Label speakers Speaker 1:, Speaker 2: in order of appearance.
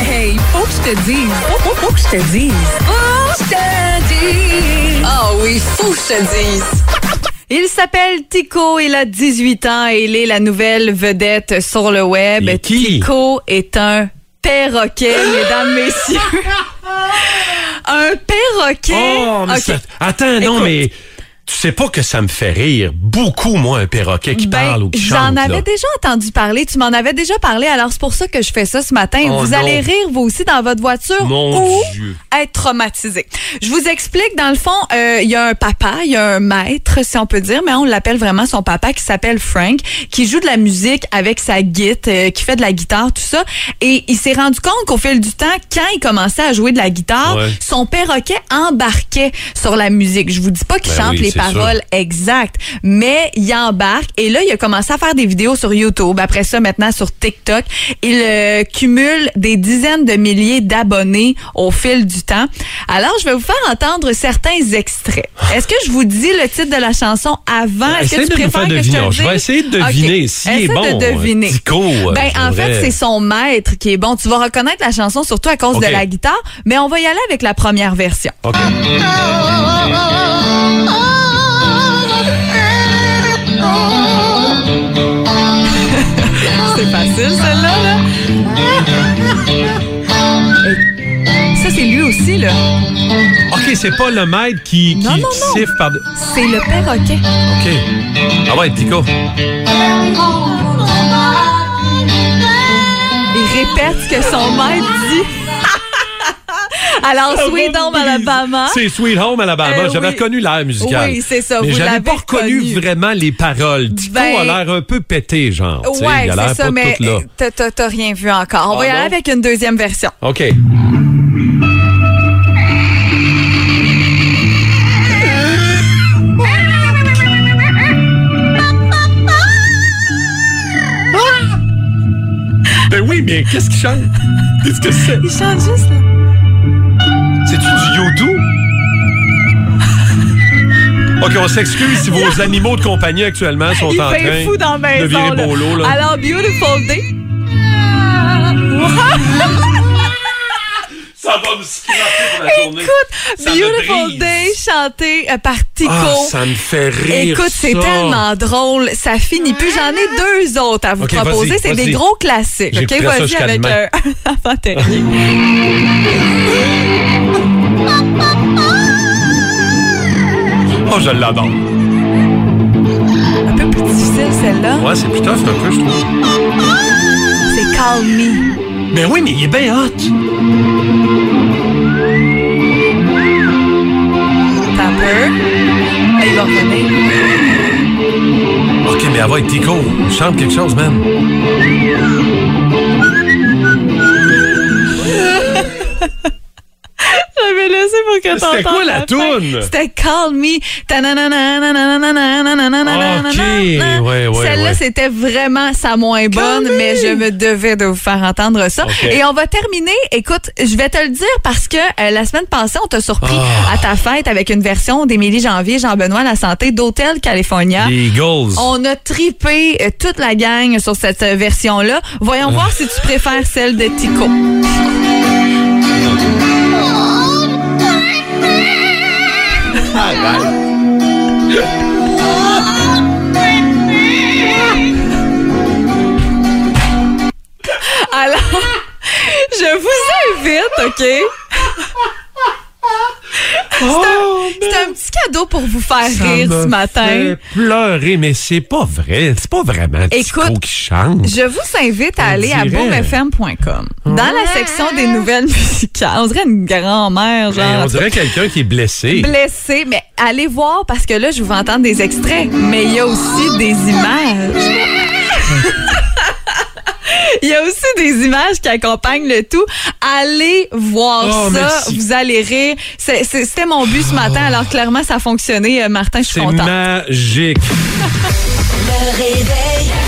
Speaker 1: Hey, faut que je te dise. Faut, faut, faut que je te dise. Faut que je te dise. Ah oui, faut que je te dise.
Speaker 2: Il s'appelle Tico, il a 18 ans et il est la nouvelle vedette sur le web.
Speaker 3: Il est qui?
Speaker 2: Tico est un perroquet, mesdames, messieurs. un perroquet.
Speaker 3: Oh, mais
Speaker 2: Ok.
Speaker 3: ça- Attends, non,
Speaker 2: Écoute.
Speaker 3: mais tu sais pas que ça me fait rire beaucoup, moi, un perroquet qui
Speaker 2: Ben,
Speaker 3: parle ou qui chante.
Speaker 2: J'en avais
Speaker 3: là.
Speaker 2: déjà entendu parler. Tu m'en avais déjà parlé. Alors, c'est pour ça que je fais ça ce matin.
Speaker 3: Oh
Speaker 2: vous
Speaker 3: non.
Speaker 2: allez rire, vous aussi, dans votre voiture
Speaker 3: Mon
Speaker 2: ou
Speaker 3: Dieu.
Speaker 2: être traumatisé. Je vous explique, dans le fond, euh, il y a un papa, il y a un maître, si on peut dire, mais on l'appelle vraiment son papa, qui s'appelle Frank, qui joue de la musique avec sa guite, euh, qui fait de la guitare, tout ça. Et il s'est rendu compte qu'au fil du temps, quand il commençait à jouer de la guitare,
Speaker 3: Ouais.
Speaker 2: son perroquet embarquait sur la musique. Je vous dis pas qu'il
Speaker 3: Ben
Speaker 2: chante
Speaker 3: oui,
Speaker 2: les
Speaker 3: c'est sûr.
Speaker 2: paroles exact. Mais il embarque et là, il a commencé à faire des vidéos sur YouTube. Après ça, maintenant sur TikTok, il euh, cumule des dizaines de milliers d'abonnés au fil du temps. Alors, je vais vous faire entendre certains extraits. Est-ce que je vous dis le titre de la chanson avant? Ah, Est-ce que
Speaker 3: Ben, Essaye
Speaker 2: tu
Speaker 3: de nous
Speaker 2: préfères
Speaker 3: faire
Speaker 2: que je te
Speaker 3: deviner.
Speaker 2: le
Speaker 3: Je vais
Speaker 2: dise?
Speaker 3: essayer de deviner.
Speaker 2: Ok.
Speaker 3: S'il est
Speaker 2: Essaie
Speaker 3: bon, hein,
Speaker 2: de deviner.
Speaker 3: Tico, euh,
Speaker 2: ben, en
Speaker 3: faudrait-
Speaker 2: fait, c'est son maître qui est bon. Tu vas reconnaître la chanson surtout à cause
Speaker 3: Ok.
Speaker 2: de la guitare, mais on va y aller avec la première version.
Speaker 3: OK.
Speaker 2: C'est facile, celle-là, là. Et Ça, c'est lui aussi, là.
Speaker 3: OK, c'est pas le maître qui, qui
Speaker 2: Non, non, non.
Speaker 3: siffle par... de-
Speaker 2: C'est le perroquet.
Speaker 3: OK. Ah ouais, Tico.
Speaker 2: Il répète ce que son maître dit. Alors, Sweet Home Alabama.
Speaker 3: C'est Sweet Home Alabama.
Speaker 2: Euh,
Speaker 3: J'avais
Speaker 2: oui.
Speaker 3: reconnu l'air musical.
Speaker 2: Oui, c'est ça,
Speaker 3: Mais
Speaker 2: vous
Speaker 3: j'avais
Speaker 2: l'avez
Speaker 3: pas reconnu
Speaker 2: reconnu.
Speaker 3: vraiment les paroles. Tico
Speaker 2: Ben-
Speaker 3: a l'air un peu pété, genre. tu sais,
Speaker 2: Ouais,
Speaker 3: il a l'air
Speaker 2: c'est
Speaker 3: pas
Speaker 2: ça, mais
Speaker 3: tout là.
Speaker 2: t'as- t'as t'as rien vu encore. On va
Speaker 3: Ah,
Speaker 2: y aller
Speaker 3: non?
Speaker 2: avec une deuxième version.
Speaker 3: OK. Ben oui, mais qu'est-ce qu'il chante? Qu'est-ce que c'est?
Speaker 2: Il chante juste, là.
Speaker 3: C'est-tu du yodo? OK, on s'excuse si vos animaux de compagnie actuellement sont
Speaker 2: Il
Speaker 3: en train
Speaker 2: fait fou dans la
Speaker 3: de virer
Speaker 2: maison. là.
Speaker 3: bolo, là.
Speaker 2: Alors, Beautiful Day.
Speaker 3: Ça va me scraper pour la journée.
Speaker 2: Écoute,
Speaker 3: Ça me
Speaker 2: Beautiful
Speaker 3: brise.
Speaker 2: Day chanté euh, par Tico.
Speaker 3: Ah, ça me fait rire.
Speaker 2: Écoute, c'est
Speaker 3: ça.
Speaker 2: tellement drôle, ça finit plus. J'en ai deux autres à vous
Speaker 3: Ok, vas-y,
Speaker 2: proposer. C'est
Speaker 3: vas-y.
Speaker 2: des gros classiques. Ok,
Speaker 3: J'écouterai ça
Speaker 2: vas-y
Speaker 3: jusqu'à
Speaker 2: avec euh,
Speaker 3: demain.
Speaker 2: un avant-dernier.
Speaker 3: Oh, je l'adore.
Speaker 2: Un peu plus difficile celle-là.
Speaker 3: Ouais, c'est plus tough un peu, je trouve.
Speaker 2: C'est Call Me.
Speaker 3: Mais Ben oui, mais il est bien hot.
Speaker 2: T'as peur? Et il va revenir.
Speaker 3: OK, mais elle va être Tico. Il chante quelque chose, man.
Speaker 2: J'avais laissé pour que t'entendes.
Speaker 3: C'était quoi la
Speaker 2: fin.
Speaker 3: toune?
Speaker 2: C'était Call Me.
Speaker 3: Ok,
Speaker 2: Ok,
Speaker 3: ouais, ouais,
Speaker 2: Celle-là,
Speaker 3: ouais.
Speaker 2: c'était vraiment ça moins bonne, mais je me devais de vous faire entendre ça.
Speaker 3: Ok.
Speaker 2: Et on va terminer. Écoute, je vais te le dire parce que euh, la semaine passée, on t'a surpris
Speaker 3: Ah.
Speaker 2: à ta fête avec une version d'Émilie Janvier, Jean-Benoît La Santé d'Hôtel California.
Speaker 3: Les Eagles.
Speaker 2: On a tripé euh, toute la gang sur cette euh, version-là. Voyons voir si tu préfères celle de Tico. Alors, je vous invite, OK?
Speaker 3: Oh,
Speaker 2: C'est un petit cadeau pour vous faire
Speaker 3: ça
Speaker 2: rire
Speaker 3: me
Speaker 2: ce matin.
Speaker 3: fait pleurer, mais c'est pas vrai. C'est pas vraiment Tico
Speaker 2: Écoute,
Speaker 3: qui chante.
Speaker 2: Je vous invite à
Speaker 3: On
Speaker 2: aller à
Speaker 3: dirait.
Speaker 2: boomfm.com. Dans la section des nouvelles musicales, on dirait une grand-mère, genre.
Speaker 3: Ben, on dirait quelqu'un qui est blessé.
Speaker 2: blessée, mais allez voir parce que là, je vous entends des extraits, mais il y a aussi des images. Il y a aussi des images qui accompagnent le tout. Allez voir
Speaker 3: Oh,
Speaker 2: ça,
Speaker 3: merci. Oh.
Speaker 2: vous allez rire. C'est- c'est- C'était mon but ce matin, alors clairement ça a fonctionné. Euh, Martin, je suis
Speaker 3: c'est
Speaker 2: contente.
Speaker 3: magique.
Speaker 4: Le réveil.